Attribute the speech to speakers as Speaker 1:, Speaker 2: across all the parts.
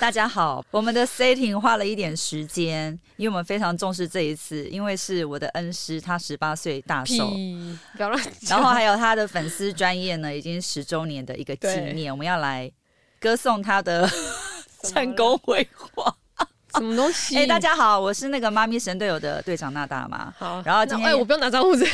Speaker 1: 大家好，我们的 setting 花了一点时间，因为我们非常重视这一次，因为是我的恩师，他十八岁大寿，
Speaker 2: 屁，不要乱讲。
Speaker 1: 然后还有他的粉丝专业呢，已经十周年的一个纪念，我们要来歌颂他 的战功辉煌。
Speaker 2: 什么东西？
Speaker 1: 哎、大家好，我是那个妈咪神队友的队长娜大妈。
Speaker 2: 好，
Speaker 1: 然后今
Speaker 2: 那
Speaker 1: 天
Speaker 2: 哎、我不用 拿账户纸，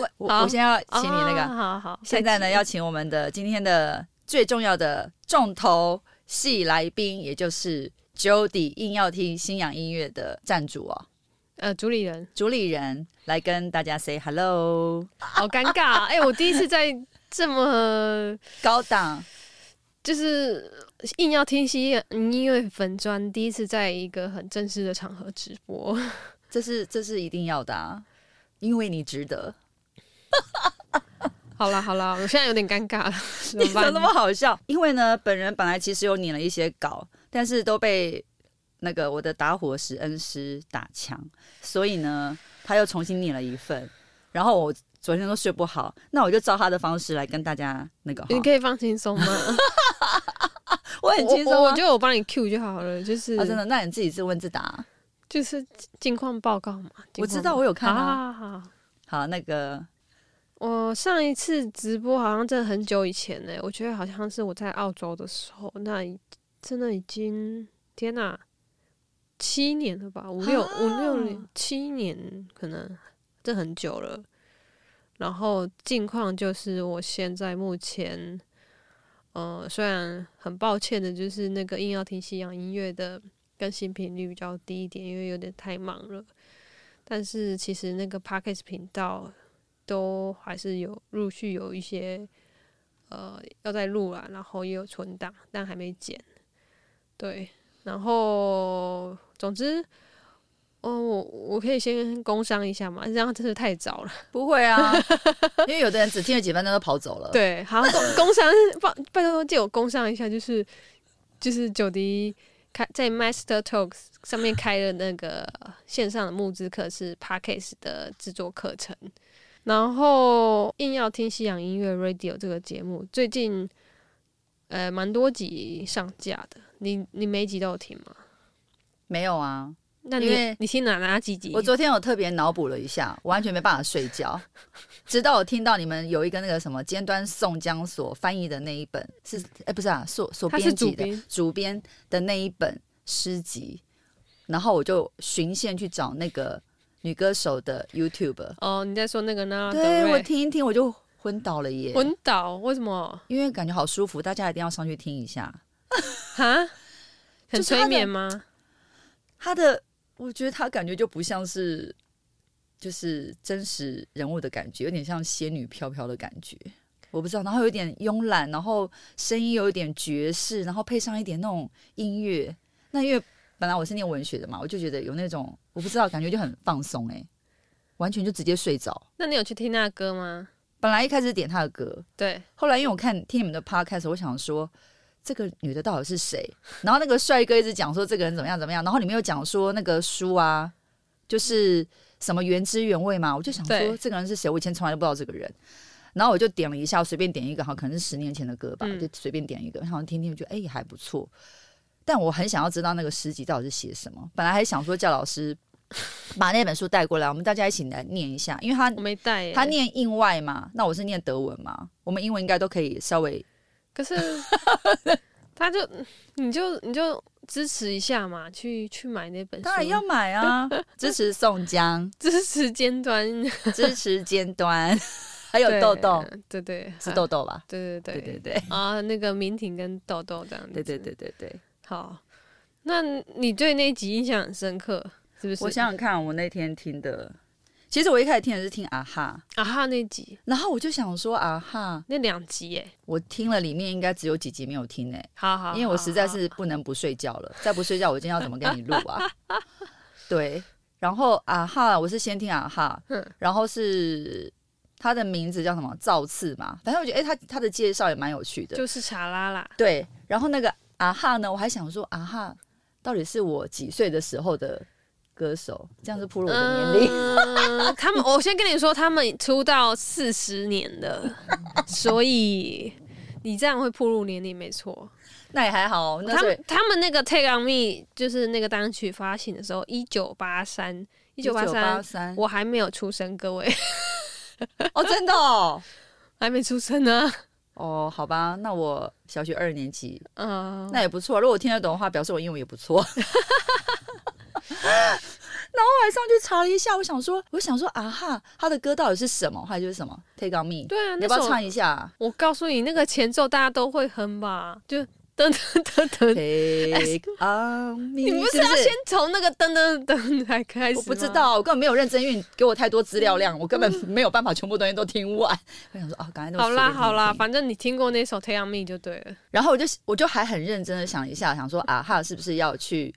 Speaker 1: 我我
Speaker 2: 好
Speaker 1: 我现在要请你那个，
Speaker 2: 啊好好。
Speaker 1: 现在呢要请我们的今天的最重要的重头戏来宾，也就是 Jody 硬要听新阳音乐的赞助哦，
Speaker 2: 呃，主理人，
Speaker 1: 主理人来跟大家 say hello，
Speaker 2: 好尴尬。 哎、我第一次在这么
Speaker 1: 高档
Speaker 2: 就是硬要听西音乐粉专，第一次在一个很正式的场合直播。
Speaker 1: 这是这是一定要的、啊，因为你值得。
Speaker 2: 好啦好啦，我现在有点尴 尬了，怎
Speaker 1: 你
Speaker 2: 么
Speaker 1: 怎么
Speaker 2: 办？
Speaker 1: 那么好笑？因为呢，本人本来其实有拟了一些稿，但是都被那个我的打火石恩师打枪，所以呢，他又重新拟了一份。然后我昨天都睡不好，那我就照他的方式来跟大家那个哈。
Speaker 2: 你可以放轻松吗？
Speaker 1: 我 很轻松啊、
Speaker 2: 我我觉得我帮你 Q 就好了，就是、
Speaker 1: 啊，真的，那你自己自问自答啊。
Speaker 2: 就是近况报告嘛。
Speaker 1: 我知
Speaker 2: 近况
Speaker 1: 道，
Speaker 2: 报
Speaker 1: 我有看啊。
Speaker 2: 啊。好好好
Speaker 1: 好，那个
Speaker 2: 我上一次直播好像真的很久以前呢、我觉得好像是我在澳洲的时候，那已真的已经天哪、七年了吧，五六
Speaker 1: 啊
Speaker 2: 五六年七年可能，这很久了。然后近况就是我现在目前，呃，虽然很抱歉的，就是那个硬要听西洋音乐的更新频率比较低一点，因为有点太忙了。但是其实那个 p a c k a g e 频道都还是有陆续有一些呃要再录啦，然后也有存档，但还没剪。对，然后总之，哦，我我可以先工商一下嘛，这样真是太早了。
Speaker 1: 不会啊， 因为有的人只听了几分钟就跑走了。，
Speaker 2: 对，好，工工商拜拜托借我工商一下，就是就是九迪开在 Master Talks 上面开的那个线上的募资课是 Parkes 的制作课程，然后硬要听西洋音乐 Radio 这个节目，最近呃蛮多集上架的，你你每一集都有听吗？
Speaker 1: 没有啊，
Speaker 2: 那
Speaker 1: 因为
Speaker 2: 你你听哪哪几集？
Speaker 1: 我昨天有特别脑补了一下，我完全没办法睡 觉，直到我听到你们有一个那个什么尖端宋江所翻译的那一本是哎、不是啊所所
Speaker 2: 他是
Speaker 1: 编
Speaker 2: 主
Speaker 1: 辑的
Speaker 2: 编，
Speaker 1: 主编的那一本诗集，然后我就循线去找那个女歌手的 YouTube，啊
Speaker 2: 哦，你在说那个呢？
Speaker 1: 对我听一听我就昏倒了耶，
Speaker 2: 昏倒，为什么？
Speaker 1: 因为感觉好舒服，大家一定要上去听一下。
Speaker 2: 哈，
Speaker 1: 就
Speaker 2: 很
Speaker 1: 是他
Speaker 2: 催
Speaker 1: 的
Speaker 2: 眠吗？
Speaker 1: 他的，我觉得他感觉就不像是，就是真实人物的感觉，有点像仙女飘飘的感觉。我不知道，然后有点慵懒，然后声音有一点爵士，然后配上一点那种音乐。那因为本来我是念文学的嘛，我就觉得有那种我不知道，感觉就很放松哎、完全就直接睡着。
Speaker 2: 那你有去听那歌吗？
Speaker 1: 本来一开始点他的歌，
Speaker 2: 对，
Speaker 1: 后来因为我看听你们的 podcast，我想说这个女的到底是谁？然后那个帅哥一直讲说这个人怎么样怎么样，然后你们又讲说那个书啊，就是什么原汁原味嘛，我就想说
Speaker 2: 对
Speaker 1: 这个人是谁？我以前从来都不知道这个人。然后我就点了一下，随便点一个，好，可能是十年前的歌吧，
Speaker 2: 嗯
Speaker 1: 就随便点一个，然后听听，我觉得哎、也还不错。但我很想要知道那个诗集到底是写什么。本来还想说叫老师把那本书带过来，我们大家一起来念一下，因为他
Speaker 2: 我没带耶。
Speaker 1: 他念印外嘛，那我是念德文嘛，我们英文应该都可以稍微
Speaker 2: 可是他就你就你就支持一下嘛，去去买那本书，
Speaker 1: 当然要买啊， 支持宋江，
Speaker 2: 支持尖端，
Speaker 1: 支持尖端， 还有
Speaker 2: 对
Speaker 1: 豆豆，，
Speaker 2: 对对，
Speaker 1: 是
Speaker 2: 啊
Speaker 1: 豆，豆吧？
Speaker 2: 对对
Speaker 1: 对
Speaker 2: 对
Speaker 1: 对对
Speaker 2: 啊，那个明婷跟豆豆这样子，
Speaker 1: 对对对对对。
Speaker 2: 好，那你对那一集印象很深刻，是不是？
Speaker 1: 我想想看，我那天听的，其实我一开始听的是听啊哈，
Speaker 2: 啊哈那集
Speaker 1: 然后我就想说啊哈，
Speaker 2: 那两集耶，
Speaker 1: 我听了里面应该只有几集没有听诶、
Speaker 2: 好好，
Speaker 1: 因为我实在
Speaker 2: 好
Speaker 1: 是不能不睡觉了，再不睡觉我今天要怎么跟你录啊？ 对，然后啊哈，我是先听啊哈
Speaker 2: 嗯，
Speaker 1: 然后是他的名字叫什么？造次嘛，反正我觉得哎、诶他他的介绍也蛮有趣的。
Speaker 2: 就是查拉啦，
Speaker 1: 对，然后那个啊哈呢，我还想说啊哈，到底是我几岁的时候的歌手？这样是暴露我的年龄。
Speaker 2: 嗯，他 们，我先跟你说，他们出道四十年了，所以你这样会暴露年龄，没错。
Speaker 1: 那也还好。那
Speaker 2: 他
Speaker 1: 所以
Speaker 2: 们他们那个《Take on Me》就是那个单曲发行的时候，一九八三，一九八
Speaker 1: 八
Speaker 2: 三，
Speaker 1: 三
Speaker 2: 我还没有出生，各位
Speaker 1: 哦，真的哦，
Speaker 2: 还没出 生呢。
Speaker 1: 哦，好吧，那我小学二年级，
Speaker 2: 嗯、
Speaker 1: 那也不错。如果听得懂的话，表示我英文也不错。然 后我还上去查了一下，我想说，我想说啊哈，他的歌到底是什么？还就是什么《Take on Me》？
Speaker 2: 对啊，
Speaker 1: 你
Speaker 2: 那
Speaker 1: 要不要
Speaker 2: 首
Speaker 1: 唱一下
Speaker 2: 我告诉你，那个前奏大家都会哼吧，就噔噔 噔噔。
Speaker 1: ？Take on me，
Speaker 2: 呃你不
Speaker 1: 是
Speaker 2: 是要先从那个噔噔噔来开始？
Speaker 1: 我不知。道，我根本没有认真，因为你给我太多资料量，我根本没有办法全部东西都听完。我想说啊，刚才都
Speaker 2: 嗯好啦
Speaker 1: 随便听
Speaker 2: 好啦，
Speaker 1: 听
Speaker 2: 反正你听过那首《Take on Me》就对了。
Speaker 1: 然后我就我就还很认真的想一下，想说啊哈，是不是要去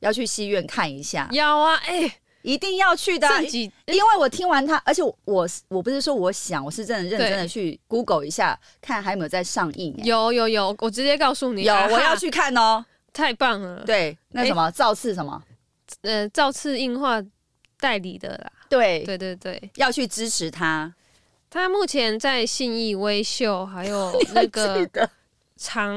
Speaker 1: 要去戏院看一下？
Speaker 2: 要啊，哎、
Speaker 1: 一定要去的啊，
Speaker 2: 这几
Speaker 1: 因为我听完他，而且我是我不是说我想，我是真的认真的去 Google 一下，看还有没有在上映、欸。
Speaker 2: 有有有，我直接告诉你，
Speaker 1: 有，
Speaker 2: 啊哈
Speaker 1: 我要，去看 哦。
Speaker 2: 太棒了。
Speaker 1: 对，那
Speaker 2: 哎
Speaker 1: 什么造次什么，
Speaker 2: 呃，造次硬化代理的啦。
Speaker 1: 对，
Speaker 2: 对对对，
Speaker 1: 要去支持他。
Speaker 2: 他目前在信义威秀，还有 那个
Speaker 1: 的，
Speaker 2: 长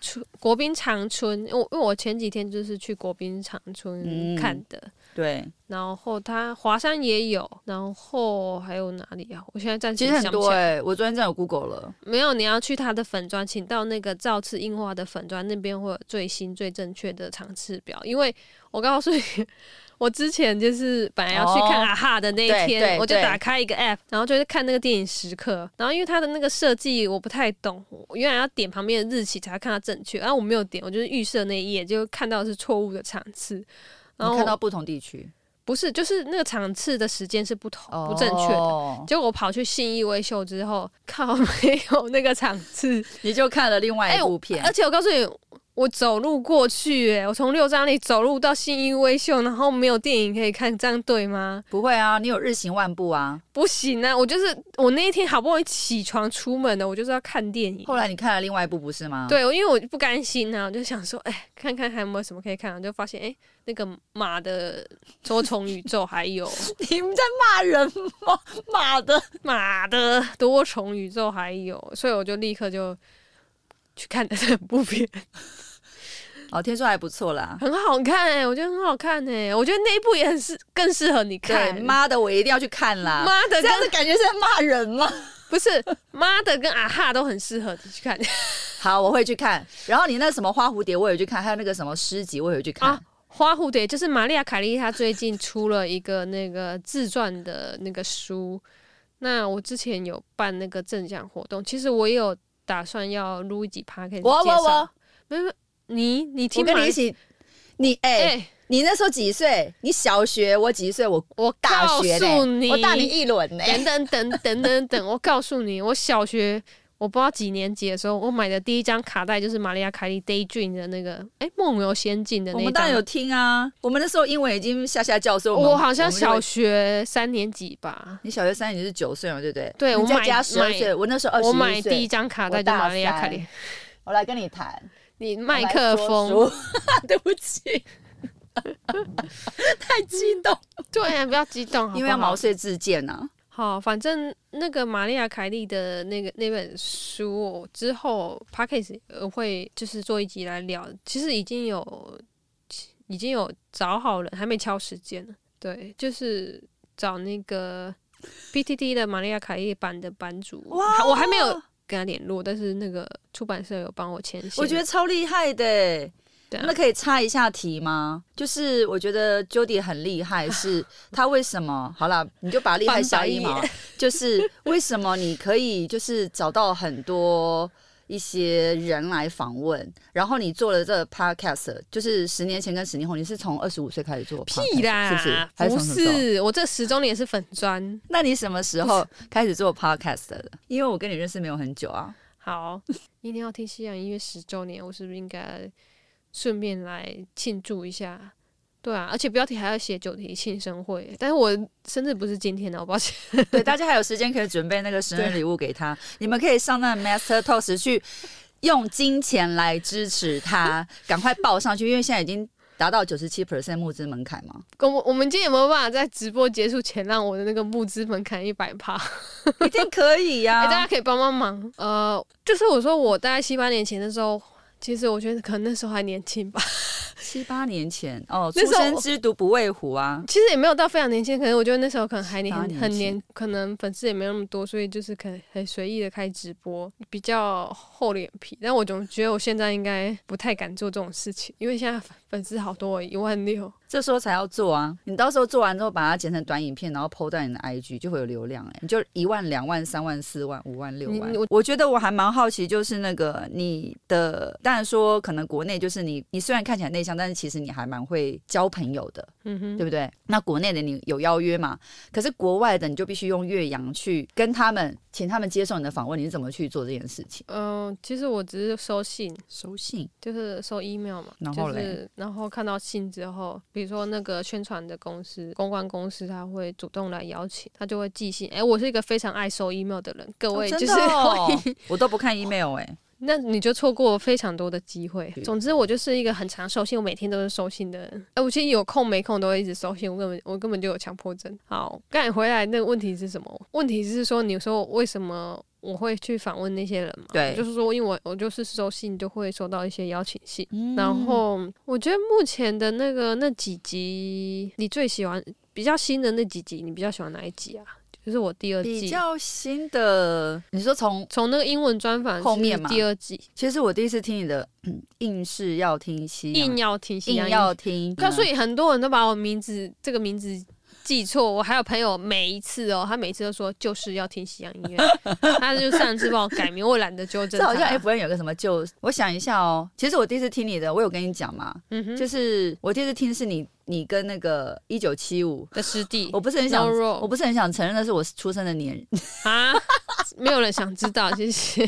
Speaker 2: 春国宾长春，我因为我前几天就是去国宾长春
Speaker 1: 嗯
Speaker 2: 看的，
Speaker 1: 对，
Speaker 2: 然后他华山也有，然后还有哪里啊？我现在暂时
Speaker 1: 其实
Speaker 2: 想
Speaker 1: 很
Speaker 2: 不
Speaker 1: 多
Speaker 2: 起来。
Speaker 1: 哎、我昨天真的有 Google 了。
Speaker 2: 没有，你要去他的粉砖，请到那个造次硬化的粉砖那边会有最新最正确的场次表。因为我告诉你， 我之前就是本来要去看
Speaker 1: 哦
Speaker 2: 啊哈的那一
Speaker 1: 对
Speaker 2: 天，
Speaker 1: 对
Speaker 2: 我就
Speaker 1: 对
Speaker 2: 打开一个 app，然后就是看那个电影时刻。然后因为它的那个设计我不太懂，我原来要点旁边的日期才看到正确，然后我没有点，我就是预设那一页就看到的是错误的场次。然后
Speaker 1: 你看到不同地区
Speaker 2: 不是，就是那个场次的时间是不同、不正确的。
Speaker 1: 的，
Speaker 2: 结果我跑去信义威秀之后，靠，没有那个场次。
Speaker 1: 你就看了另外一
Speaker 2: 哎我
Speaker 1: 部片，
Speaker 2: 而且我告诉你，我走路过去、哎，我从六张里走路到信义威秀，然后没有电影可以看，这样对吗？
Speaker 1: 不会啊，你有日行万步啊。
Speaker 2: 不行啊！我就是我那一天好不容易起床出门的，我就是要看电影。
Speaker 1: 后来你看了另外一部不是吗？，
Speaker 2: 对，因为我不甘心啊，我就想说，哎，看看还有没有什么可以看，我就发现，哎，那个马的多重宇宙还有
Speaker 1: 你们在骂人吗？ 骂的，
Speaker 2: 马的多重宇宙还有，所以我就立刻就去看了这部片。
Speaker 1: 哦，听说还不错啦。
Speaker 2: 很好看哎、我觉得很好看哎、我觉得那一部也很适，更适合你
Speaker 1: 对，
Speaker 2: 看。
Speaker 1: 妈的，我一定要去看 啦！
Speaker 2: 妈的
Speaker 1: 这
Speaker 2: 跟
Speaker 1: 样子感觉是在骂人吗？
Speaker 2: 不是妈的跟啊哈都很适合你去看
Speaker 1: 好，我会去看。然后你那什么花蝴蝶，我有去看，还有那个什么诗集，我有去看。
Speaker 2: 啊。花蝴蝶就是玛利亚凯莉，她最近出了一个那个自传的那个书。那我之前有办那个赠奖活动，其实我也有打算要录一集 p o d c a s
Speaker 1: 我啊我我，
Speaker 2: 没有没有你你
Speaker 1: 我
Speaker 2: 听
Speaker 1: 跟
Speaker 2: 玛
Speaker 1: 你一起，你哎、
Speaker 2: 哎、
Speaker 1: 你那时候几岁？你小学，我几岁？我
Speaker 2: 我
Speaker 1: 大
Speaker 2: 告
Speaker 1: 学呢、
Speaker 2: 诉你，
Speaker 1: 我大你一轮呢、
Speaker 2: 等等等等等等，我告诉你，我小学我不知道几年级的时候，我买的第一张卡带就是玛利亚凯莉 Daydream 的那个，哎、梦游仙境的
Speaker 1: 我
Speaker 2: 那
Speaker 1: 们当然有
Speaker 2: 张。
Speaker 1: 听啊，我们那时候英文已经下下教，所以我们
Speaker 2: 我好像
Speaker 1: 我
Speaker 2: 小
Speaker 1: 们就
Speaker 2: 学三年级吧，
Speaker 1: 你小学三年级是九岁嘛，对不对？
Speaker 2: 对
Speaker 1: 你
Speaker 2: 我
Speaker 1: 再
Speaker 2: 买
Speaker 1: 加十二
Speaker 2: 买
Speaker 1: 岁，我那时候二十
Speaker 2: 我买
Speaker 1: 一
Speaker 2: 第一
Speaker 1: 岁。
Speaker 2: 张卡带就是玛利亚凯
Speaker 1: 我
Speaker 2: 莉
Speaker 1: 大，我来跟你谈
Speaker 2: 你麦克风，
Speaker 1: 我来说书 对不起， 太激动，
Speaker 2: 对啊，不要激动，好不好
Speaker 1: 因为要毛遂自荐啊。
Speaker 2: 好，反正那个玛利亚凯莉的那个那本书之后 p a c k a g e 会就是做一集来聊。其实已经有已经有找好人，还没敲时间呢。对，就是找那个 PTT 的玛利亚凯莉版的版主，
Speaker 1: 哇
Speaker 2: 我还没有跟他联络，但是那个出版社有帮我牵线。
Speaker 1: 我觉得超厉害的欸、
Speaker 2: 对啊
Speaker 1: 那可以插一下题吗？就是我觉得 Jody 很厉害， 是她为什么？好啦，你就把厉害
Speaker 2: 翻
Speaker 1: 下
Speaker 2: 白
Speaker 1: 一毛，就是为什么你可以就是找到很多一些人来访问，然后你做了这个 podcast，就是十年前跟十年后，你是从二十五岁开始做 podcast,
Speaker 2: 屁啦，
Speaker 1: 是不是？还是
Speaker 2: 不
Speaker 1: 从什么时候？
Speaker 2: 是，我这始终也是粉砖。
Speaker 1: 那你什么时候开始做 podcast 的？因为我跟你认识没有很久啊。
Speaker 2: 好，一定要听西洋音乐十周年，我是不是应该顺便来庆祝一下？对啊，而且标题还要写九题庆生会，但是我生日不是今天的，我抱歉。
Speaker 1: 对，大家还有时间可以准备那个生日礼物给他。你们可以上那 Master Toast 去用金钱来支持他，赶快报上去，因为现在已经达到九十七 percent 募资门槛 吗？
Speaker 2: 我们我们今天有没有办法在直播结束前让我的那个募资门槛一百趴？
Speaker 1: 一定可以呀、
Speaker 2: 哎、大家可以帮帮忙。呃，就是我说我大概七八年前的时候，其实我觉得可能那时候还年轻吧，
Speaker 1: 七八年前哦，
Speaker 2: 那
Speaker 1: 初
Speaker 2: 时候
Speaker 1: 生之犊不畏虎啊，
Speaker 2: 其实也没有到非常年轻，可能我觉得那时候可能还年
Speaker 1: 18年前
Speaker 2: 很年，可能粉丝也没有那么多，所以就是可能很随意的开直播，比较厚脸皮。但我总觉得我现在应该不太敢做这种事情，因为现在粉粉丝好多，一万六。
Speaker 1: 这时候才要做啊！你到时候做完之后，把它剪成短影片，然后 PO 到你的 IG，就会有流量哎、你就一万、两万、三万、四万、五万、六万
Speaker 2: 嗯你我。
Speaker 1: 我觉得我还蛮好奇，就是那个你的，当然说可能国内就是你，你虽然看起来内向，但是其实你还蛮会交朋友的，
Speaker 2: 嗯
Speaker 1: 对
Speaker 2: 哼，
Speaker 1: 不对？那国内的你有邀约嘛？可是国外的你就必须用岳阳去跟他们，请他们接受你的访问，你是怎么去做这件事情？
Speaker 2: 嗯、其实我只是收信，
Speaker 1: 收信，
Speaker 2: 就是收 email 嘛，
Speaker 1: 然后
Speaker 2: 就
Speaker 1: 嘞
Speaker 2: 是然后看到信之后，比如说那个宣传的公司、公关公司，他会主动来邀请，他就会寄信。哎、我是一个非常爱收 email 的人，各位、
Speaker 1: 哦
Speaker 2: 就
Speaker 1: 真
Speaker 2: 是
Speaker 1: 的哦
Speaker 2: 欢迎
Speaker 1: 我都不看 email 哎、
Speaker 2: 那你就错过非常多的机会
Speaker 1: 对。
Speaker 2: 总之，我就是一个很常收信，我每天都是收信的人。哎，我其实有空没空都会一直收信，我根本我根本就有强迫症。好，刚才回来那个问题是什么？问题是说，你说为什么我会去访问那些人嘛？
Speaker 1: 对
Speaker 2: 就是说，因为我我就是收信就会收到一些邀请信。
Speaker 1: 嗯
Speaker 2: 然后我觉得目前的那个那几集，你最喜欢比较新的那几集，你比较喜欢哪一集啊？就是我第二
Speaker 1: 比
Speaker 2: 季。
Speaker 1: 较新的，你说从
Speaker 2: 从那个英文专访
Speaker 1: 后面
Speaker 2: 是
Speaker 1: 嘛
Speaker 2: 第二季
Speaker 1: 其实我第一次听你的，嗯硬是要听西洋
Speaker 2: 硬要听西洋
Speaker 1: 硬
Speaker 2: 音
Speaker 1: 要听，
Speaker 2: 可
Speaker 1: 嗯
Speaker 2: 所以很多人都把我名字这个名字记错，我还有朋友每一次哦，他每一次都说就是要听西洋音乐， 他就上次帮我改名，我懒得纠
Speaker 1: 这
Speaker 2: 正他。
Speaker 1: 好像 F N 有个什么就，我想一下哦。其实我第一次听你的，我有跟你讲嘛，
Speaker 2: 嗯哼
Speaker 1: 就是我第一次听是你你跟那个一九七五，
Speaker 2: 的师弟
Speaker 1: 我不是很想
Speaker 2: No role
Speaker 1: 我不是很想承认那是我出生的年。
Speaker 2: 啊， 没有人想知道，谢谢。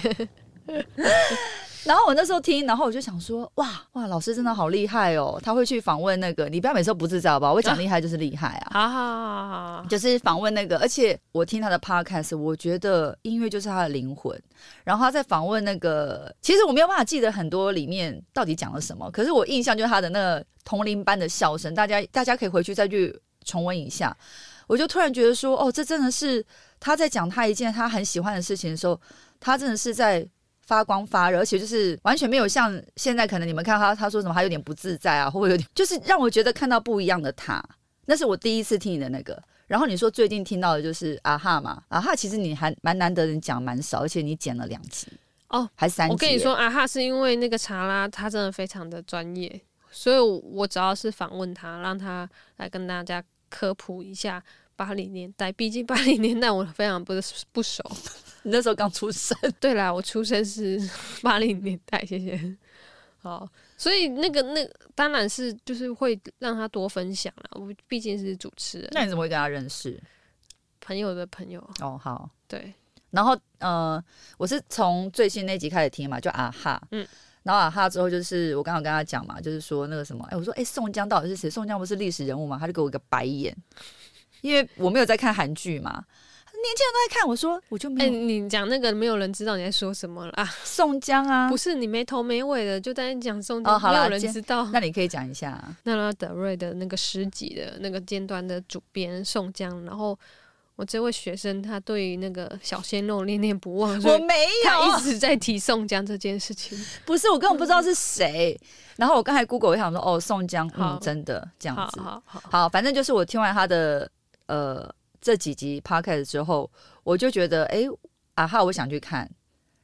Speaker 1: 然后我那时候听，然后我就想说，哇哇，老师真的好厉害哦，他会去访问那个，你不要每次都不自在好不好？我 讲厉害就是厉害啊。
Speaker 2: 好好好好好，
Speaker 1: 就是访问那个，而且我听他的 podcast，我觉得音乐就是他的灵魂。然后他在访问那个，其实我没有办法记得很多里面到底讲了什么，可是我印象就是他的那个同龄般的笑声，大家大家可以回去再去重温一下。我就突然觉得说，哦，这真的是他在讲他一件他很喜欢的事情的时候，他真的是在发光发热，而且就是完全没有像现在可能你们看他他说什么，他有点不自在啊，或者有点就是让我觉得看到不一样的他。那是我第一次听你的那个，然后你说最近听到的就是啊哈嘛，啊哈其实你还蛮难得，你讲蛮少，而且你剪了两集
Speaker 2: 哦，
Speaker 1: 还三集。
Speaker 2: 我跟你说，啊哈，是因为那个查拉他真的非常的专业，所以我只要是访问他，让他来跟大家科普一下八零年代，毕竟八零年代我非常不不熟。
Speaker 1: 你那时候刚出生，
Speaker 2: 对啦，我出生是 八零年代，谢谢。好，所以那个那当然是就是会让他多分享啦。我毕竟是主持人，
Speaker 1: 那你怎么会跟他认识？
Speaker 2: 朋友的朋友，
Speaker 1: 哦，好，
Speaker 2: 对，
Speaker 1: 然后呃，我是从最新那集开始听嘛，就啊哈，
Speaker 2: 嗯
Speaker 1: 然后啊哈之后就是我刚好跟他讲嘛，就是说那个什么，哎，我说哎宋江到底是谁？宋江不是历史人物吗？他就给我一个白眼，因为我没有在看韩剧嘛，年轻人都在看，我说我就
Speaker 2: 哎、
Speaker 1: 没有、
Speaker 2: 你讲那个没有人知道你在说什么了啊？
Speaker 1: 宋江啊
Speaker 2: 不，是你没头没尾的就在那讲宋
Speaker 1: 哦
Speaker 2: 江，
Speaker 1: 好
Speaker 2: 没
Speaker 1: 啦
Speaker 2: 有人
Speaker 1: 今
Speaker 2: 知道。
Speaker 1: 那你可以讲一下啊，
Speaker 2: 那拉德瑞的那个诗集的那个尖端的主编宋江，然后我这位学生他对于那个小鲜肉念念不忘，所
Speaker 1: 我
Speaker 2: 以
Speaker 1: 没有，啊
Speaker 2: 他一直在提宋江这件事情。
Speaker 1: 不是，我根本不知道是谁。然后我刚才 Google 我想说，哦，宋江，
Speaker 2: 好
Speaker 1: 嗯，真的这样
Speaker 2: 好
Speaker 1: 子。
Speaker 2: 好好，
Speaker 1: 好，反正就是我听完他的呃这几集 podcast 之后，我就觉得，哎、啊哈，我想去看。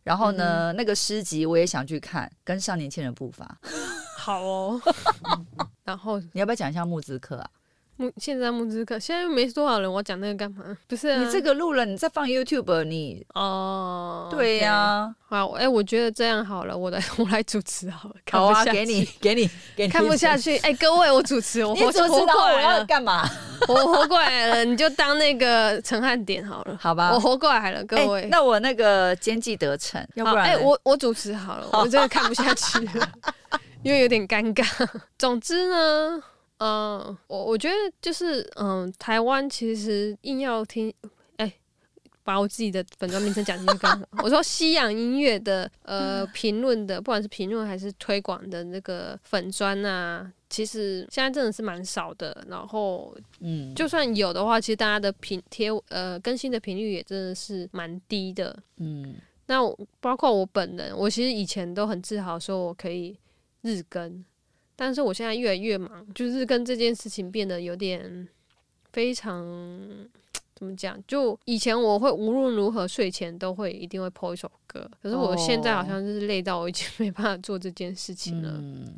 Speaker 1: 然后呢，
Speaker 2: 嗯
Speaker 1: 那个诗集我也想去看，跟上年轻人步伐。
Speaker 2: 好 哦。然后
Speaker 1: 你要不要讲一下木之课啊？
Speaker 2: 木现在木之客，现在又没多少人，我讲那个干嘛？不是、啊、
Speaker 1: 你这个录了，你再放 YouTube，你、
Speaker 2: 哦，
Speaker 1: 对啊呀、
Speaker 2: OK 好，哎、我觉得这样好了，我来 我来主持好了，看
Speaker 1: 好
Speaker 2: 不
Speaker 1: 啊，
Speaker 2: 下去
Speaker 1: 给你，给你，给你，
Speaker 2: 看不下
Speaker 1: 去。
Speaker 2: 去。哎、各位，我主持，我
Speaker 1: 你
Speaker 2: 活
Speaker 1: 怎么
Speaker 2: 活
Speaker 1: 知道
Speaker 2: 过
Speaker 1: 我
Speaker 2: 来
Speaker 1: 要
Speaker 2: 了，
Speaker 1: 干嘛？
Speaker 2: 我活过来了，你就当那个陈汉典好了。
Speaker 1: 好吧
Speaker 2: 我，活过来了，哦各
Speaker 1: 哎
Speaker 2: 位。
Speaker 1: 那我那个奸计得逞，啊要
Speaker 2: 好
Speaker 1: 不然
Speaker 2: 哎、
Speaker 1: 嘞
Speaker 2: 我我主持 好了，我真的看不下去了， 因为有点尴尬。 总之呢，嗯、呃我我觉得就是嗯、台湾其实硬要听，哎、把我自己的本专名称讲进去干什么？ 我说西洋音乐的呃评论的，不管是评论还是推广的那个粉砖啊，其实现在真的是蛮少的。然后
Speaker 1: 嗯，
Speaker 2: 就算有的话，其实大家的频贴呃更新的频率也真的是蛮低的。
Speaker 1: 嗯
Speaker 2: 那我包括我本人，我其实以前都很自豪说我可以日更，但是我现在越来越忙，就是日更这件事情变得有点非常怎么讲？就以前我会无论如何睡前都会一定会 po 一首歌，可是我现在好像就是累到我已经 没办法做这件事情了。
Speaker 1: 嗯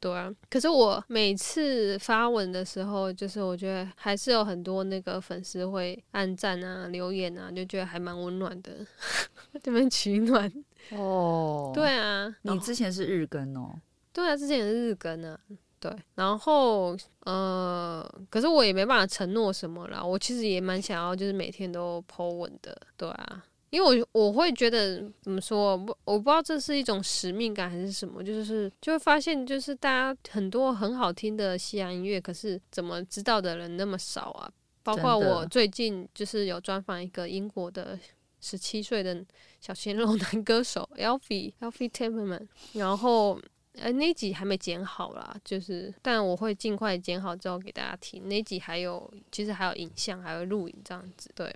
Speaker 2: 对啊，可是我每次发文的时候，就是我觉得还是有很多那个粉丝会按赞啊、留言啊，就觉得还蛮温暖的， 这边取暖。
Speaker 1: 哦，
Speaker 2: 对啊，然
Speaker 1: 你
Speaker 2: 后
Speaker 1: 之前是日更哦，
Speaker 2: 对啊，之前也是日更啊。对，然后呃，可是我也没办法承诺什么啦。我其实也蛮想要，就是每天都 po 文的，对啊，因为我我会觉得怎么说，我不我不知道这是一种使命感还是什么，就是就会发现，就是大家很多很好听的西洋音乐，可是怎么知道的人那么少啊？包括
Speaker 1: 真的
Speaker 2: 我最近就是有专访一个英国的十七岁的小鲜肉男歌手 Alfie Alfie Temperman，然后呃那一集还没剪好啦，就是但我会尽快剪好之后给大家听。那一集还有其实还有影像，还有录影这样子。对，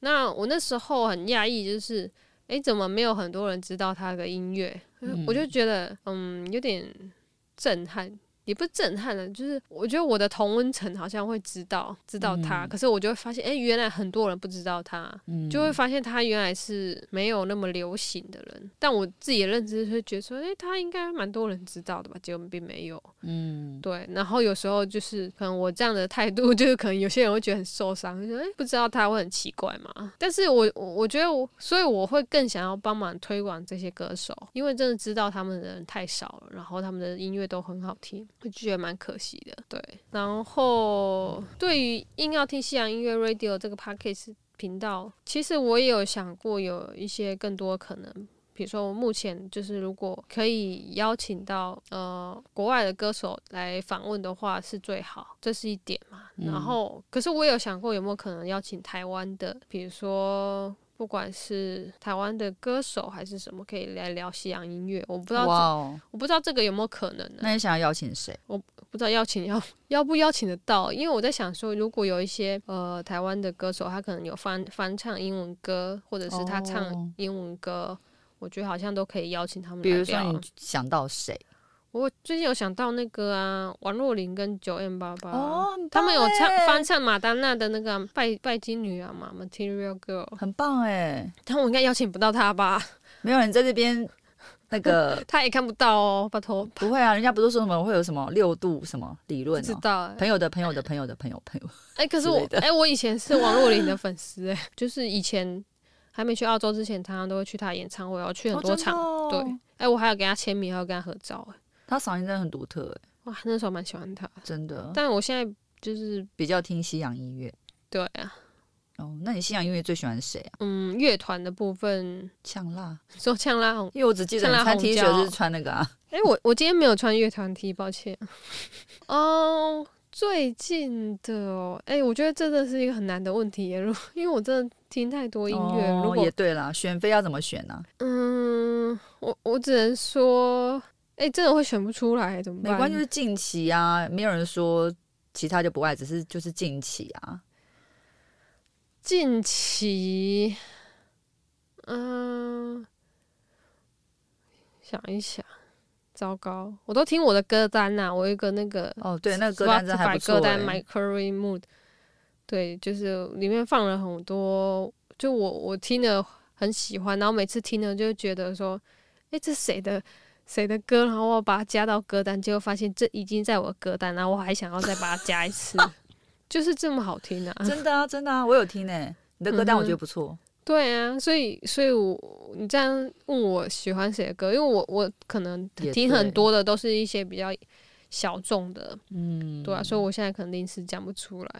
Speaker 2: 那我那时候很讶异，就是诶，怎么没有很多人知道他的音乐？我就觉得嗯有点震撼。也不是震撼了，就是我觉得我的同温层好像会知道知道他，
Speaker 1: 嗯
Speaker 2: 可是我就会发现，诶，原来很多人不知道他，
Speaker 1: 嗯，
Speaker 2: 就会发现他原来是没有那么流行的人。但我自己的认知是觉得说，诶、他应该蛮多人知道的吧？结果并没有。
Speaker 1: 嗯，
Speaker 2: 对，然后有时候就是可能我这样的态度， 就是可能有些人会觉得很受伤，就觉得、诶不知道他会很奇怪嘛。但是我我我觉得我，所以我会更想要帮忙推广这些歌手，因为真的知道他们的人太少了，然后他们的音乐都很好听，我就觉得蛮可惜的。对，然后对于硬要听西洋音乐 Radio 这个 podcast 频道，其实我也有想过有一些更多可能。比如说，我目前就是如果可以邀请到呃国外的歌手来访问的话，是最好，这是一点嘛。
Speaker 1: 嗯
Speaker 2: 然后，可是我有想过有没有可能邀请台湾的，比如说不管是台湾的歌手还是什么，可以来聊西洋音乐。我不知道
Speaker 1: 哇
Speaker 2: 这，
Speaker 1: 哦，
Speaker 2: 我不知道这个有没有可能啊呢、
Speaker 1: 那你想要邀请谁？
Speaker 2: 不知道邀请要 邀不邀请得到，因为我在想说，如果有一些呃台湾的歌手，他可能有翻翻唱英文歌，或者是他
Speaker 1: 哦
Speaker 2: 唱英文歌，我觉得好像都可以邀请他们
Speaker 1: 比
Speaker 2: 来
Speaker 1: 如说
Speaker 2: 聊
Speaker 1: 你。想到谁？
Speaker 2: 我最近有想到那个啊，王若琳跟九 M 八八，
Speaker 1: 哦，很
Speaker 2: 他们有
Speaker 1: 棒
Speaker 2: 唱
Speaker 1: 欸
Speaker 2: 翻唱马丹娜的那个啊拜拜金女啊嘛，Material Girl，
Speaker 1: 很棒哎，
Speaker 2: 但我应该邀请不到她吧？
Speaker 1: 没有人在这边那 个
Speaker 2: 她也看不到哦，拜托，
Speaker 1: 不会啊，人家不都说什么会有什么六度什么理
Speaker 2: 不
Speaker 1: 论
Speaker 2: 知
Speaker 1: 哦？
Speaker 2: 道哎、
Speaker 1: 朋友的朋友的朋友的朋友朋 友，
Speaker 2: 哎、可是
Speaker 1: 之
Speaker 2: 我
Speaker 1: 类的
Speaker 2: 哎、我以前是王若琳的粉丝哎、就是以前还没去澳洲之前，常常都会去她演唱会，我去很多场。
Speaker 1: 哦真的
Speaker 2: 对，
Speaker 1: 哦
Speaker 2: 哎、我还有给她签名，还有跟她合照哎、
Speaker 1: 他嗓音真的很独特哎，
Speaker 2: 哇，那时候蛮喜欢她，
Speaker 1: 真的，
Speaker 2: 但我现在就是
Speaker 1: 比较听西洋音乐。
Speaker 2: 对啊，
Speaker 1: 哦，那你西洋音乐最喜欢谁啊？
Speaker 2: 嗯，乐团的部分
Speaker 1: 呛辣，
Speaker 2: 说呛辣红，
Speaker 1: 因为我只记得
Speaker 2: 呛辣
Speaker 1: 你穿
Speaker 2: 红
Speaker 1: T
Speaker 2: 椒
Speaker 1: 恤是穿那个啊，
Speaker 2: 哎、我我今天没有穿乐团 T，抱歉。哦、最近的哦，哎、我觉得真的是一个很难的问题耶，如因为我真的听太多音乐，
Speaker 1: 哦
Speaker 2: 如果
Speaker 1: 也对啦，选妃要怎么选啊呢？
Speaker 2: 嗯，我我只能说，哎、真的会选不出来，怎么
Speaker 1: 美
Speaker 2: 办？
Speaker 1: 观就是近期啊，没有人说其他就不爱，只是就是近期啊。
Speaker 2: 近期，嗯，想一想，糟糕，我都听我的歌单呐、我有一个那个
Speaker 1: 哦，对，那个歌单真的还不
Speaker 2: Spotify
Speaker 1: 错、
Speaker 2: 歌单
Speaker 1: 欸。
Speaker 2: My Curry Mood，对，就是里面放了很多，就我我听了很喜欢，然后每次听了就觉得说，诶，这谁的谁的歌？然后我把它加到歌单，结果发现这已经在我的歌单，然后我还想要再把它加一次， 就是这么好听啊！
Speaker 1: 真的啊，真的啊，我有听诶、你的歌单
Speaker 2: 嗯哼
Speaker 1: 我觉得不错。
Speaker 2: 对啊，所以所以我你这样问我喜欢谁的歌，因为我我可能
Speaker 1: 也
Speaker 2: 听很
Speaker 1: 对
Speaker 2: 多的都是一些比较小众的，
Speaker 1: 嗯，
Speaker 2: 对啊，所以我现在可能临时讲不出来。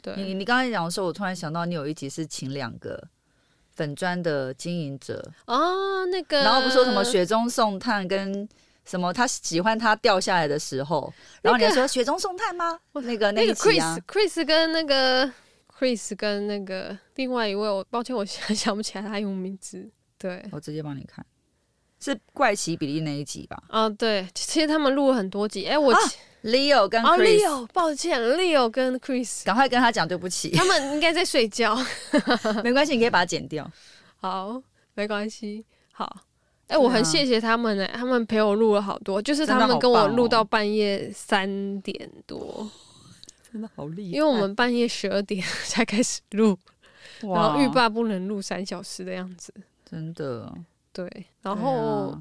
Speaker 2: 对，
Speaker 1: 你你刚才讲的时候，我突然想到，你有一集是请两个粉砖的经营者，
Speaker 2: 哦，那个，
Speaker 1: 然后不是说什么雪中送炭跟。什么？他喜欢他掉下来的时候，然后你还说雪中送炭吗？那个
Speaker 2: 那
Speaker 1: 一
Speaker 2: 个
Speaker 1: 集啊
Speaker 2: Chris，Chris 跟那个 Chris 跟那个另外一位，我抱歉，我现在 想不起来他英文名字。对，
Speaker 1: 我直接帮你看，是怪奇比利那一集吧
Speaker 2: 啊，对，其实他们录了很多集。哎、我
Speaker 1: 啊
Speaker 2: 其
Speaker 1: ？Leo 跟
Speaker 2: 哦
Speaker 1: Chris，、
Speaker 2: ，Leo，抱歉，Leo 跟 Chris，
Speaker 1: 赶快跟他讲对不起，
Speaker 2: 他们应该在睡觉。
Speaker 1: 没关系，你可以把它剪掉。
Speaker 2: 好，没关系。好，哎、
Speaker 1: 对啊
Speaker 2: 我很谢谢他们呢、他们陪我录了好多，就是
Speaker 1: 真
Speaker 2: 他
Speaker 1: 的
Speaker 2: 们
Speaker 1: 好
Speaker 2: 跟我
Speaker 1: 棒哦
Speaker 2: 录到半夜三点多，
Speaker 1: 真的好厉害
Speaker 2: 因为我们半夜十二点 才开始录，然后欲罢不能录三小时的样子。
Speaker 1: 真的，
Speaker 2: 对，然
Speaker 1: 对
Speaker 2: 后
Speaker 1: 啊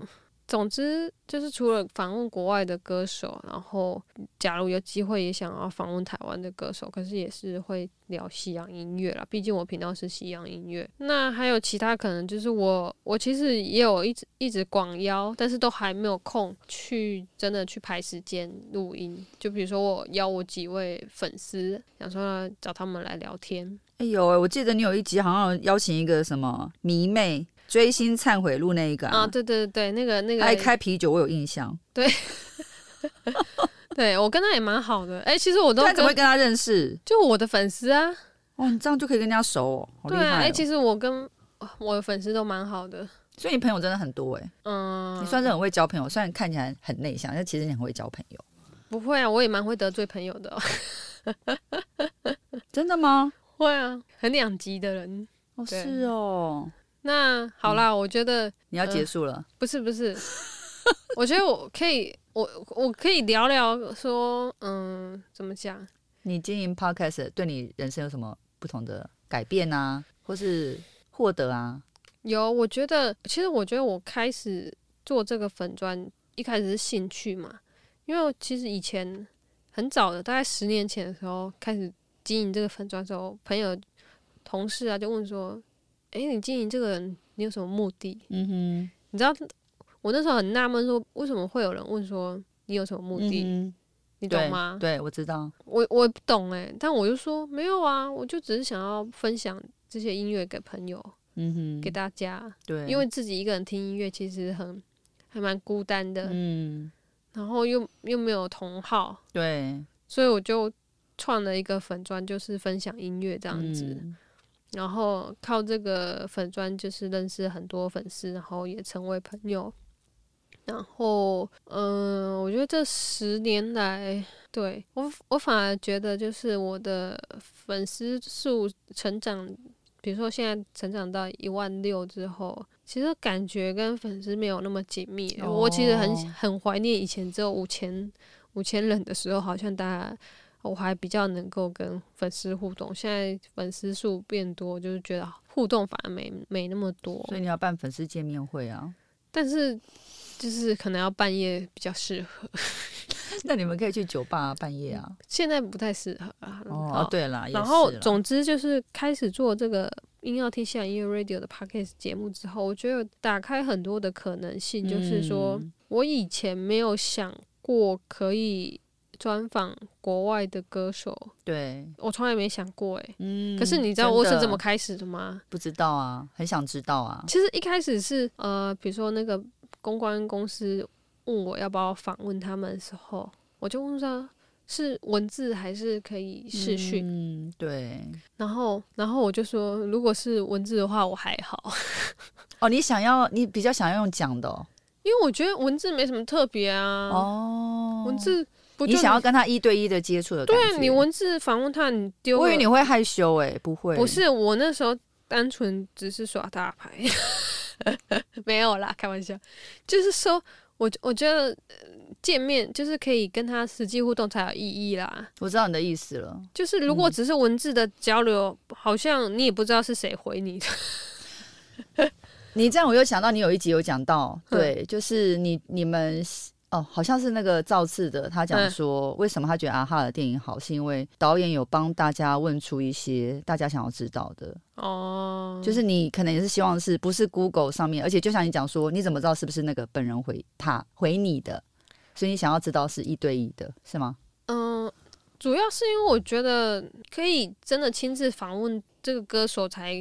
Speaker 2: 总之就是除了访问国外的歌手，然后假如有机会也想要访问台湾的歌手，可是也是会聊西洋音乐啦，毕竟我频道是西洋音乐。那还有其他可能就是我我其实也有一直一直广邀，但是都还没有空去真的去排时间录音。就比如说我邀我几位粉丝，想说找他们来聊天。
Speaker 1: 哎呦喂，我记得你有一集好像有邀请一个什么迷妹追星忏悔录那一个
Speaker 2: 啊，对对对，那个那个
Speaker 1: 爱开啤酒，我有印象。
Speaker 2: 对我跟他也蛮好的，哎、其实我都
Speaker 1: 但啊怎么会
Speaker 2: 跟
Speaker 1: 跟他认识？
Speaker 2: 就我的粉丝啊，
Speaker 1: 哦，你这样就可以跟人家熟哦，好厉
Speaker 2: 对
Speaker 1: 害、哦
Speaker 2: 啊，哎、其实我跟哦我的粉丝都蛮好的，
Speaker 1: 所以你朋友真的很多哎、
Speaker 2: 嗯，
Speaker 1: 你算是很会交朋友。虽然看起来很内向，但其实你很会交朋友。
Speaker 2: 不会啊，我也蛮会得罪朋友的哦、
Speaker 1: 真的吗？
Speaker 2: 会啊，很两极的人。
Speaker 1: 哦，
Speaker 2: 对
Speaker 1: 是哦。
Speaker 2: 那好啦，我觉得
Speaker 1: 你要
Speaker 2: 嗯
Speaker 1: 结束了，
Speaker 2: 不是不是，我觉得我可以，我我可以聊聊说，嗯，怎么讲？
Speaker 1: 你经营 podcast 对你人生有什么不同的改变啊，或是获得啊？
Speaker 2: 有，我觉得其实我觉得我开始做这个粉砖，一开始是兴趣嘛，因为我其实以前很早的，大概十年前的时候开始经营这个粉砖的时候，朋友、同事啊就问说：“诶，你经营这个人，你有什么目的
Speaker 1: 嗯哼，？”
Speaker 2: 你知道我那时候很纳闷，说为什么会有人问说你有什么目的？
Speaker 1: 嗯哼
Speaker 2: 你
Speaker 1: 对
Speaker 2: 懂吗？
Speaker 1: 对，我知道。
Speaker 2: 我我也不懂诶，但我就说没有啊，我就只是想要分享这些音乐给朋友、
Speaker 1: 嗯哼，
Speaker 2: 给大家。
Speaker 1: 对，
Speaker 2: 因为自己一个人听音乐其实很还蛮孤单的，
Speaker 1: 嗯，
Speaker 2: 然后又又没有同好，
Speaker 1: 对，
Speaker 2: 所以我就创了一个粉砖，就是分享音乐
Speaker 1: 这
Speaker 2: 这样子。
Speaker 1: 嗯
Speaker 2: 然后靠这个粉砖就是认识很多粉丝，然后也成为朋友。然后，嗯、我觉得这十年来，对我我反而觉得就是我的粉丝数成长，比如说现在成长到一万六之后，其实感觉跟粉丝没有那么紧密。
Speaker 1: 哦
Speaker 2: 我其实很很怀念以前只有五千五千人的时候，好像大家我还比较能够跟粉丝互动。现在粉丝数变多，就是觉得互动反而没没那么多。
Speaker 1: 所以你要办粉丝见面会 啊？
Speaker 2: 但是就是可能要半夜比较适合，
Speaker 1: 那你们可以去酒吧、啊、半夜啊。
Speaker 2: 现在不太适合啊。
Speaker 1: 哦，
Speaker 2: 好
Speaker 1: 啊对啦，也
Speaker 2: 然后
Speaker 1: 是啦
Speaker 2: 总之就是开始做这个音要听下音乐 radio 的 podcast 节目之后，我觉得打开很多的可能性，就是说、
Speaker 1: 嗯
Speaker 2: 我以前没有想过可以专访国外的歌手，
Speaker 1: 对，
Speaker 2: 我从来没想过欸诶、
Speaker 1: 嗯
Speaker 2: 可是你知道我是怎么
Speaker 1: 看？
Speaker 2: 开始的吗？
Speaker 1: 不知道啊，很想知道啊。
Speaker 2: 其实一开始是呃，比如说那个公关公司问我要不要访问他们的时候，我就问说是文字还是可以视讯，
Speaker 1: 嗯，对。
Speaker 2: 然后然后我就说如果是文字的话我还好，
Speaker 1: 哦，你想要，你比较想要用讲的哦。
Speaker 2: 因为我觉得文字没什么特别啊，
Speaker 1: 哦
Speaker 2: 文字不就
Speaker 1: 你想要跟他一对一的接触的感觉。
Speaker 2: 对你文字访问他你丢
Speaker 1: 我以
Speaker 2: 了
Speaker 1: 为你会害羞哎、不会，
Speaker 2: 不是我那时候单纯只是耍大牌， 没有啦，开玩笑。就是说我我觉得呃见面就是可以跟他实际互动才有意义啦。
Speaker 1: 我知道你的意思了。
Speaker 2: 就是如
Speaker 1: 嗯
Speaker 2: 果只是文字的交流，好像你也不知道是谁回你的。
Speaker 1: 你这样，我又想到你有一集有讲到，
Speaker 2: 嗯
Speaker 1: 对，就是你你们哦，好像是那个造次的，他讲
Speaker 2: 嗯
Speaker 1: 说为什么他觉得阿哈的电影好，是因为导演有帮大家问出一些大家想要知道的，
Speaker 2: 哦，
Speaker 1: 就是你可能也是希望是不是 Google 上面，而且就像你讲说，你怎么知道是不是那个本人回他回你的？所以你想要知道是一对一的，是吗？
Speaker 2: 嗯、主要是因为我觉得可以真的亲自访问这个歌手才，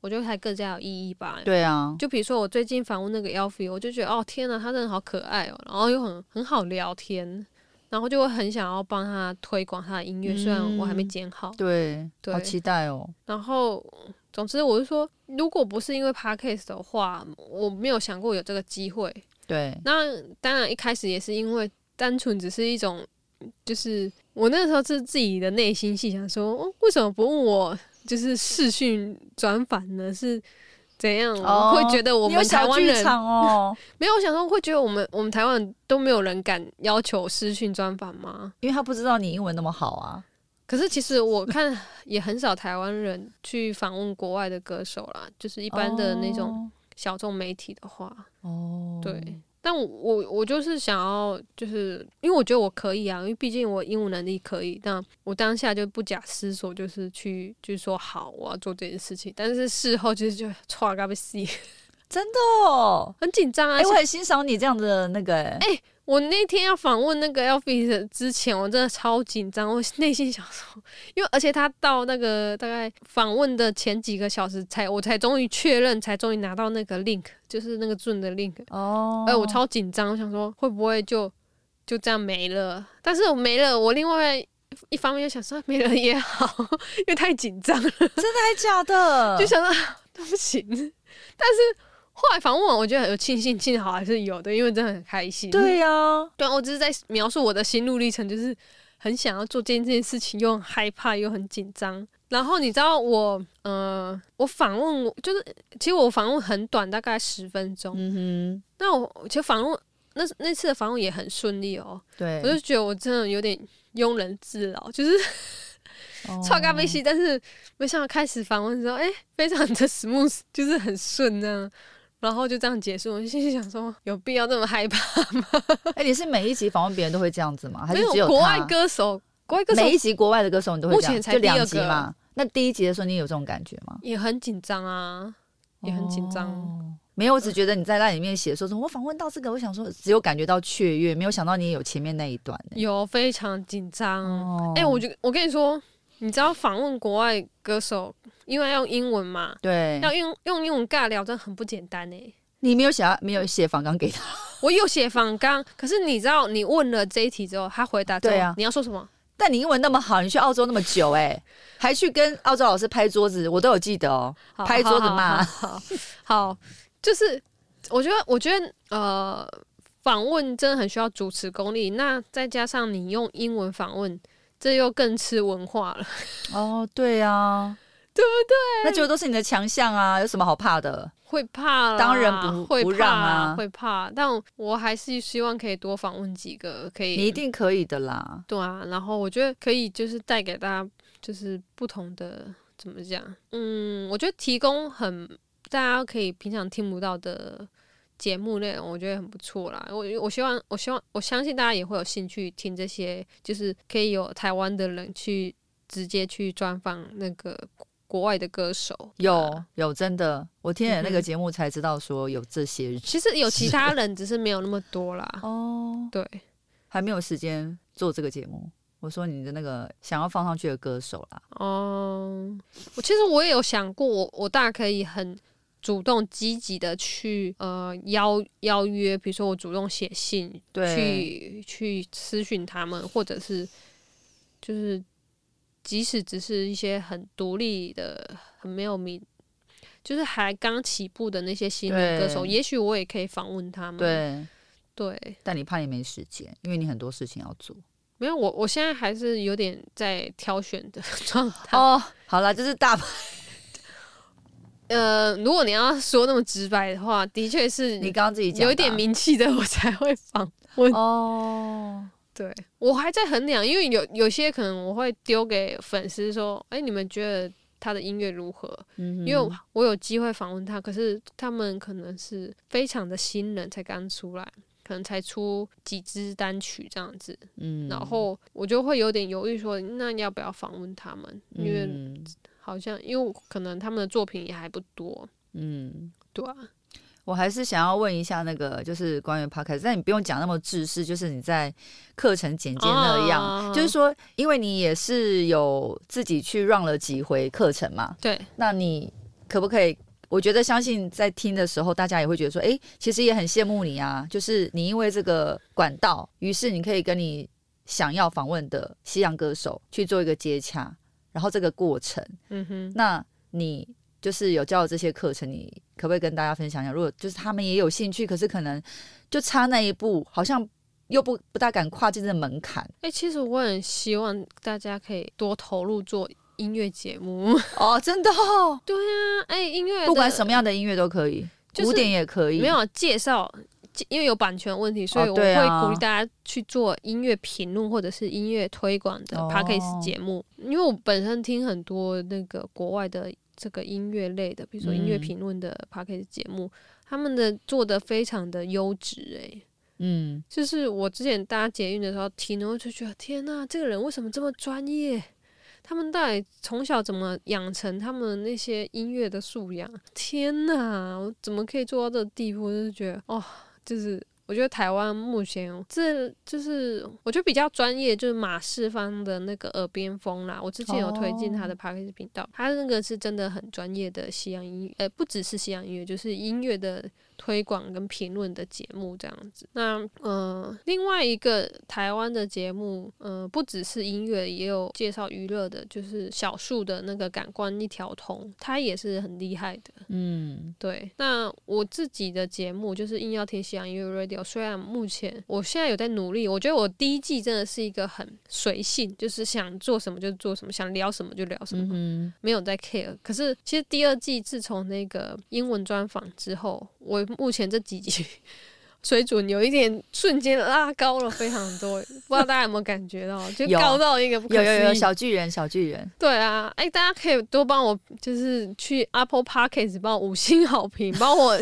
Speaker 2: 我觉得才更加有意义吧。
Speaker 1: 对啊，
Speaker 2: 就比如说我最近访问那个 Elfi，我就觉得哦天呐，他真的好可爱哦，然后又很很好聊天，然后就会很想要帮他推广他的音乐，虽然我
Speaker 1: 嗯
Speaker 2: 还没剪好。
Speaker 1: 对，
Speaker 2: 对
Speaker 1: 好期待哦。
Speaker 2: 然后，总之我是说，如果不是因为 podcast 的话，我没有想过有这个机会。
Speaker 1: 对，
Speaker 2: 那当然一开始也是因为单纯只是一种，就是我那时候是自己的内心戏想说，哦为什么不问我就是视讯转返呢？是怎样？
Speaker 1: 哦
Speaker 2: 我会觉得我
Speaker 1: 你有
Speaker 2: 们台
Speaker 1: 小
Speaker 2: 湾
Speaker 1: 剧
Speaker 2: 人
Speaker 1: 场哦，
Speaker 2: 没有，我想说会觉得我们我们台湾人都没有人敢要求视讯专访吗？
Speaker 1: 因为他不知道你英文那么好啊。
Speaker 2: 可是其实我看 也很少台湾人去访问国外的歌手啦，就是一
Speaker 1: 一
Speaker 2: 般的那种小众媒体的话，
Speaker 1: 哦，
Speaker 2: 对，。但我我我就是想要，就是因为我觉得我可以啊，因为毕竟我英文能力可以。那我当下就不假思索，就是去就说好，我要做这件事情。但是事后就是 就歘嘎被戏，
Speaker 1: 哦，
Speaker 2: 很紧张啊。
Speaker 1: 哎，
Speaker 2: 而且
Speaker 1: 我很欣赏你这样的那个，哎，
Speaker 2: 我那天要访问那个 Elvis 之前，我真的超紧张，我内心想说，因为而且他到那个大概访问的前几个小时才，我才终于确认，才终于拿到那个 link，就是那个 Zoom 的 link。
Speaker 1: 哦，
Speaker 2: 哎、我超紧张，我想说会不会就就这样没了？但是我没了，我另外一方面又想说没了也好，因为太紧张了，
Speaker 1: 真的假的？
Speaker 2: 就想到啊对不行。但是后来访问完，我觉得有庆幸，幸好还是有的，因为真的很开心。
Speaker 1: 对呀，
Speaker 2: 对啊，我只是在描述我的心路历程，就是很想要做这件事情，又很害怕，又很紧张。然后你知道我，呃，我访问我就是，其实我访问很短，大概十分钟。
Speaker 1: 嗯
Speaker 2: 那我其实访问那那次的访问也很顺利哦，
Speaker 1: 哼，对，
Speaker 2: 我就觉得我真的有点庸人自扰，就是
Speaker 1: 哦
Speaker 2: 超咖啡系，但是没想到开始访问之后，哎、非常的 smooth，就是很顺这样。然后就这样结束，我就心里想说，有必要这么害怕？
Speaker 1: 哎，你是每一集访问别人都会这样子吗？还
Speaker 2: 没
Speaker 1: 是只有
Speaker 2: 国
Speaker 1: 他
Speaker 2: 外歌手，国外歌手
Speaker 1: 每一集国外的歌手你都会这样
Speaker 2: 目前才
Speaker 1: 就两
Speaker 2: 第
Speaker 1: 集
Speaker 2: 二个
Speaker 1: 嘛？那第一集的时候你有这种感觉吗？
Speaker 2: 也很紧张啊，也很紧张。
Speaker 1: 哦没有，我只觉得你在那里面写说什么，我访问到这个，我想说只有感觉到雀跃，没有想到你也有前面那一段呢、
Speaker 2: 有非常紧张。
Speaker 1: 哦
Speaker 2: 哎、我就我跟你说，你知道访问国外歌手，因为要用英文嘛，
Speaker 1: 对，
Speaker 2: 要用用英文尬聊，真的很不简单哎、
Speaker 1: 你没有想要没有写访纲给他，
Speaker 2: 我有写仿纲，可是你知道，你问了这一题之后，他回答之后，
Speaker 1: 对啊
Speaker 2: 你要说什么？
Speaker 1: 但你英文那么好，你去澳洲那么久、哎， 还去跟澳洲老师拍桌子，我都有记得哦。
Speaker 2: 好
Speaker 1: 拍桌子骂
Speaker 2: 好好好好好就是我觉得，我觉得呃，访问真的很需要主持功力，那再加上你用英文访问，这又更吃文化了。
Speaker 1: 哦，对啊，
Speaker 2: 对
Speaker 1: 不对？那结果都是你的强项啊，有什么好怕的？
Speaker 2: 会怕啦，
Speaker 1: 当然不
Speaker 2: 会
Speaker 1: 不
Speaker 2: 怕
Speaker 1: 让啊
Speaker 2: 会怕。但我还是希望可以多访问几个，可以
Speaker 1: 你一定可以的啦。
Speaker 2: 对啊，然后我觉得可以就是带给大家就是不同的怎么讲，嗯，我觉得提供很大家可以平常听不到的节目内容，我觉得很不错啦。我我希望我希望我相信大家也会有兴趣听这些，就是可以有台湾的人去直接去专访那个国外的歌手，啊
Speaker 1: 有有，真的，我听了那
Speaker 2: 嗯
Speaker 1: 个
Speaker 2: 哼
Speaker 1: 节目才知道说有这些人。
Speaker 2: 其实有其他人，只是没有那么多啦。
Speaker 1: 哦，
Speaker 2: 对，
Speaker 1: 还没有时间做这个节目。我说你的那个想要放上去的歌手啦，
Speaker 2: 哦，我其实我也有想过，我我大可以很主动积极的去呃邀邀约，比如说我主动写信
Speaker 1: 对
Speaker 2: 去去私讯他们，或者是就是即使只是一些很独立的、很没有名，就是还刚起步的那些新人歌手，
Speaker 1: 对
Speaker 2: 也许我也可以访问
Speaker 1: 嗯
Speaker 2: 他们。
Speaker 1: 对，
Speaker 2: 对，
Speaker 1: 但你怕你没时间，因为你很多事情要做。
Speaker 2: 没有我我现在还是有点在挑选的 状态。
Speaker 1: 哦，好啦，就是大，
Speaker 2: 呃，如果你要说那么直白的话，的确是
Speaker 1: 你刚刚自己讲的啊
Speaker 2: 有一点名气的，我才会放。我
Speaker 1: 哦，
Speaker 2: 对我还在衡量，因为有有些可能我会丢给粉丝说：“哎、你们觉得他的音乐如何？”
Speaker 1: 嗯哼
Speaker 2: 因为我有机会访问他，可是他们可能是非常的新人，才刚出来，可能才出几支单曲这样子，
Speaker 1: 嗯
Speaker 2: 然后我就会有点犹豫说：“那要不要访问他们？”因为
Speaker 1: 嗯
Speaker 2: 好像因为我可能他们的作品也还不多，
Speaker 1: 嗯，
Speaker 2: 对啊。
Speaker 1: 我还是想要问一下那个，就是关于 podcast，但你不用讲那么制式，就是你在课程简介那样，
Speaker 2: 啊
Speaker 1: 就是说，因为你也是有自己去 run 了几回课程嘛，
Speaker 2: 对，
Speaker 1: 那你可不可以？我觉得相信在听的时候，大家也会觉得说，诶，其实也很羡慕你啊，就是你因为这个管道，于是你可以跟你想要访问的西洋歌手去做一个接洽，然后这个过程，
Speaker 2: 嗯哼，
Speaker 1: 那你就是有教的这些课程，你可不可以跟大家分享一下？如果就是他们也有兴趣，可是可能就差那一步，好像又不不大敢跨进这门槛
Speaker 2: 哎、其实我很希望大家可以多投入做音乐节目。
Speaker 1: 哦，真的、哦，
Speaker 2: 对啊，哎、音 乐
Speaker 1: 不管
Speaker 2: 么。
Speaker 1: 什么样的音乐都可以，
Speaker 2: 就是
Speaker 1: 古典也可以，
Speaker 2: 没有介绍，介因为有版权问题，所以我
Speaker 1: 对
Speaker 2: 会
Speaker 1: 啊
Speaker 2: 鼓励大家去做音乐评论或者是音乐推广的
Speaker 1: 哦
Speaker 2: podcast 节目，因为我本身听很多那个国外的这个音乐类的，比如说音乐
Speaker 1: 嗯
Speaker 2: 评论的 podcast 节目，他们的做的非常的优质、诶，
Speaker 1: 嗯，
Speaker 2: 就是我之前搭捷运的时候听，然后就觉得天呐，这个人为什么这么专业？他们到底从小怎么养成他们的那些音乐的素养？天呐，我怎么可以做到这个地步？就是觉得哦，就是我觉得台湾目前这就是我觉得比较专业，就是马世芳的那个耳边风啦。我之前有推荐他的 p a c k a g e 频道，他那个是真的很专业的西洋音乐，呃，不只是西洋音乐，就是音乐的推广跟评论的节目这样子。那呃，另外一个台湾的节目，呃，不只是音乐，也有介绍娱乐的，就是小树的那个感官一条通，他也是很厉害的。
Speaker 1: 嗯，
Speaker 2: 对，那我自己的节目就是硬要听西洋音乐 radio，虽然目前我现在有在努力，我觉得我第一季真的是一个很随性，就是想做什么就做什么，想聊什么就聊什么。
Speaker 1: 嗯
Speaker 2: 没有在 care。可是其实第二季自从那个英文专访之后，我目前这几集 水准有一点瞬间拉高了非常多，不知道大家有没有感觉到，就
Speaker 1: 有
Speaker 2: 高到一个不
Speaker 1: 哼，
Speaker 2: 可
Speaker 1: 有
Speaker 2: 思议。
Speaker 1: 有有小巨人，小巨 人，
Speaker 2: 对啊，哎、大家可以多帮我，就是去 Apple p o d c a s t 帮我五星好 评，帮我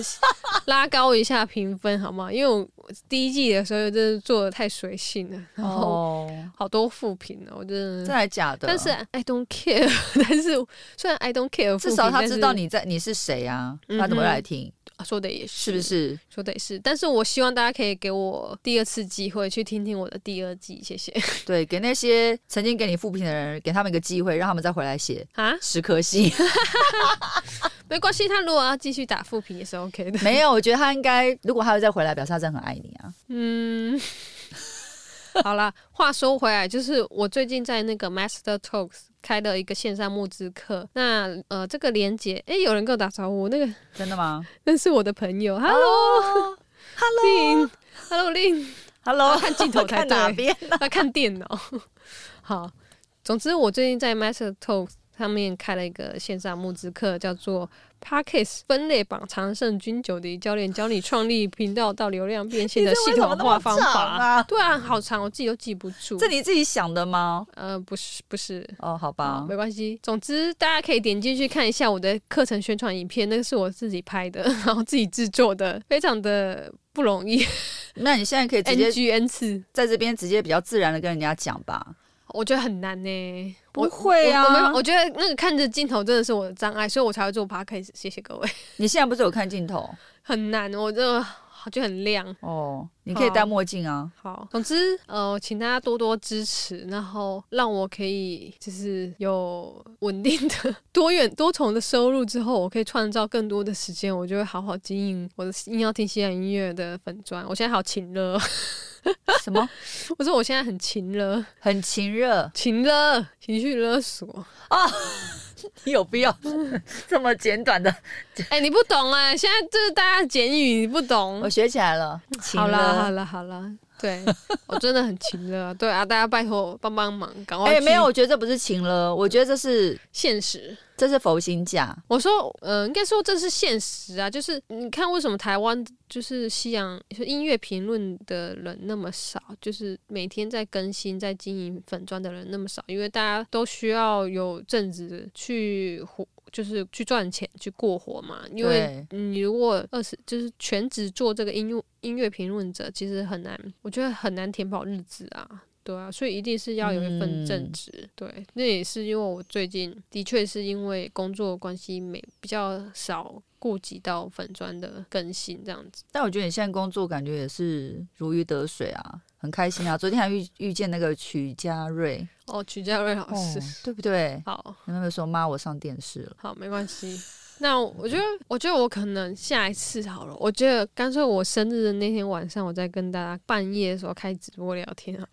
Speaker 2: 拉高一下评分好吗？因为我第一季的时候真的做的太随性了，然后
Speaker 1: 哦，
Speaker 2: 好多负评啊了，我真的
Speaker 1: 真的假的？
Speaker 2: 但是 I don't care，但 是虽然 I don't care，
Speaker 1: 至少他
Speaker 2: 但是
Speaker 1: 知道你在你是谁啊，
Speaker 2: 嗯哼
Speaker 1: 他怎么会来听？
Speaker 2: 啊说的也是，
Speaker 1: 是不？是？
Speaker 2: 说的也是，但是我希望大家可以给我第二次机会去听听我的第二季，谢 谢
Speaker 1: 对，给那些曾经给你复评的人，给他们一个机会，让他们再回来写
Speaker 2: 啊，
Speaker 1: 十颗星。
Speaker 2: 没关系，他如果要继续打副评也是 OK 的，
Speaker 1: 没有，我觉得他应该，如果他会再回来，表示他真的很爱你啊。
Speaker 2: 嗯。 好啦，话说回来，就是我最近在那个 Master Talks 开了一个线上募资课，那呃，这个连接，诶，有人跟我打招呼，那个
Speaker 1: 真的吗
Speaker 2: 那是我的朋友
Speaker 1: ？Hello，Hello，
Speaker 2: ，Hello，Lin，Hello Lin，看镜头才
Speaker 1: 哦看哪
Speaker 2: 对。
Speaker 1: 边？
Speaker 2: 要看电脑。好，总之我最近在 Master Talk 上面开了一个线上募资课，叫做 Parkes 分类榜常胜军九敌教练，教你创立频道到流量变现的系统化方
Speaker 1: 你这为什么那么
Speaker 2: 法。
Speaker 1: 长啊
Speaker 2: 对啊，好长，我自己都记不住
Speaker 1: 这。你自己想的吗？
Speaker 2: 呃，不是，不是。
Speaker 1: 哦，好
Speaker 2: 啊，
Speaker 1: 吧，
Speaker 2: 没关系。总之，大家可以点进去看一下我的课程宣传影片，那个是我自己拍的， 然后自己制作的，非常的不容易
Speaker 1: 那哎你现在可 以直接
Speaker 2: ，NG N 次，
Speaker 1: 在这边直接比较自然的跟人家讲吧。
Speaker 2: 我觉得很难呢、
Speaker 1: 不
Speaker 2: 我
Speaker 1: 会啊
Speaker 2: 我我没有，我觉得那个看着镜头真的是我的障碍，所以我才会做 podcast。谢谢各位，
Speaker 1: 你现在不是有看镜头
Speaker 2: 很难，我就就很亮。
Speaker 1: 哦？你可以戴墨镜啊。
Speaker 2: 好，总之，呃，请大家多多支持，然后让我可以就是有稳定的 多元多重的收入之后，我可以创造更多的时间，我就会好好经营我的硬要听西洋音乐的粉砖。我现在好 勤了，
Speaker 1: 什 么？
Speaker 2: 我说我现在很勤了，
Speaker 1: 很勤热？
Speaker 2: 勤了，情绪勒索。
Speaker 1: 你有 必要这么简短的？
Speaker 2: 哎、你不懂啊！现在就是大家简语，你不懂
Speaker 1: 我。学起来了。勤
Speaker 2: 好啦，
Speaker 1: 热
Speaker 2: 好啦，好啦，对我真的很勤了。对啊，大家拜托帮帮忙，赶快
Speaker 1: 哎、
Speaker 2: 去
Speaker 1: 没有，我觉得这不是情了，我觉得这是
Speaker 2: 现实。
Speaker 1: 这是佛心价。
Speaker 2: 我说，呃，应该说这是现实啊，就是你看为什么台湾就是西洋就音乐评论的人那么少，就是每天在更新、在经营粉砖的人那么少，因为大家都需要有正职去活，就是去赚钱去过活嘛。因为嗯你如果二十就是全职做这个音乐音乐评论者，其实很难，我觉得很难填饱日子啊。对啊，所以一定是要有一份正
Speaker 1: 嗯
Speaker 2: 职。对，那也是因为我最近的确是因为工作关系没比较少顾及到粉砖的更新这样子。
Speaker 1: 但我觉得你现在工作感觉也是如鱼得水啊，很开心啊。昨天还遇遇见那个曲家瑞，
Speaker 2: 哦，曲家瑞老
Speaker 1: 哦
Speaker 2: 师，，
Speaker 1: 对不对？
Speaker 2: 好
Speaker 1: 你妹妹说妈，我上电视了。
Speaker 2: 好没关系，那我觉得，我觉得我可能下一次好了。我觉得干脆我生日的那天晚上，我再跟大家半夜的时候开直播聊天啊。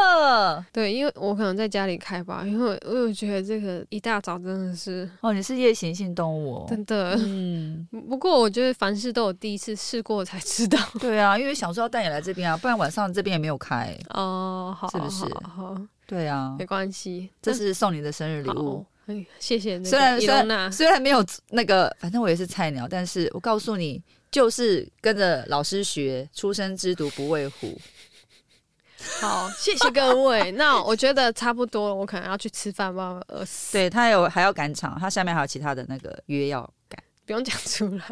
Speaker 1: 了
Speaker 2: 对，因为我可能在家里开吧，因为我我觉得这个一大早真的是
Speaker 1: 哦，你是夜行性动物哦。
Speaker 2: 真的。
Speaker 1: 嗯，
Speaker 2: 不过我觉得凡事都有第一次，试过才知道。
Speaker 1: 对啊，因为想说要带你来这边啊，不然晚上这边也没有开。
Speaker 2: 哦，好，
Speaker 1: 是不是
Speaker 2: 好好好
Speaker 1: 对啊
Speaker 2: 没，关系，
Speaker 1: 这是送你的生日礼物。
Speaker 2: 但。哎好哎，啊谢谢那
Speaker 1: 虽然
Speaker 2: 个伊
Speaker 1: 虽然
Speaker 2: 隆娜，
Speaker 1: 虽然没有那个，反正我也是菜鸟，但是我告诉你，就是跟着老师学，初生之犊不畏虎。
Speaker 2: 好，谢谢各位。那我觉得差不多了，我可能要去吃饭，不然我饿死。
Speaker 1: 对他有还要赶场，他下面还有其他的那个约要赶。
Speaker 2: 不用讲出来。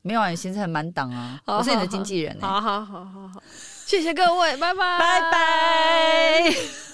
Speaker 1: 没有啊，你行程很满档啊，
Speaker 2: 哦好
Speaker 1: 我是你的经纪人、欸。
Speaker 2: 好好好好好，谢谢各位，拜拜，
Speaker 1: 拜拜。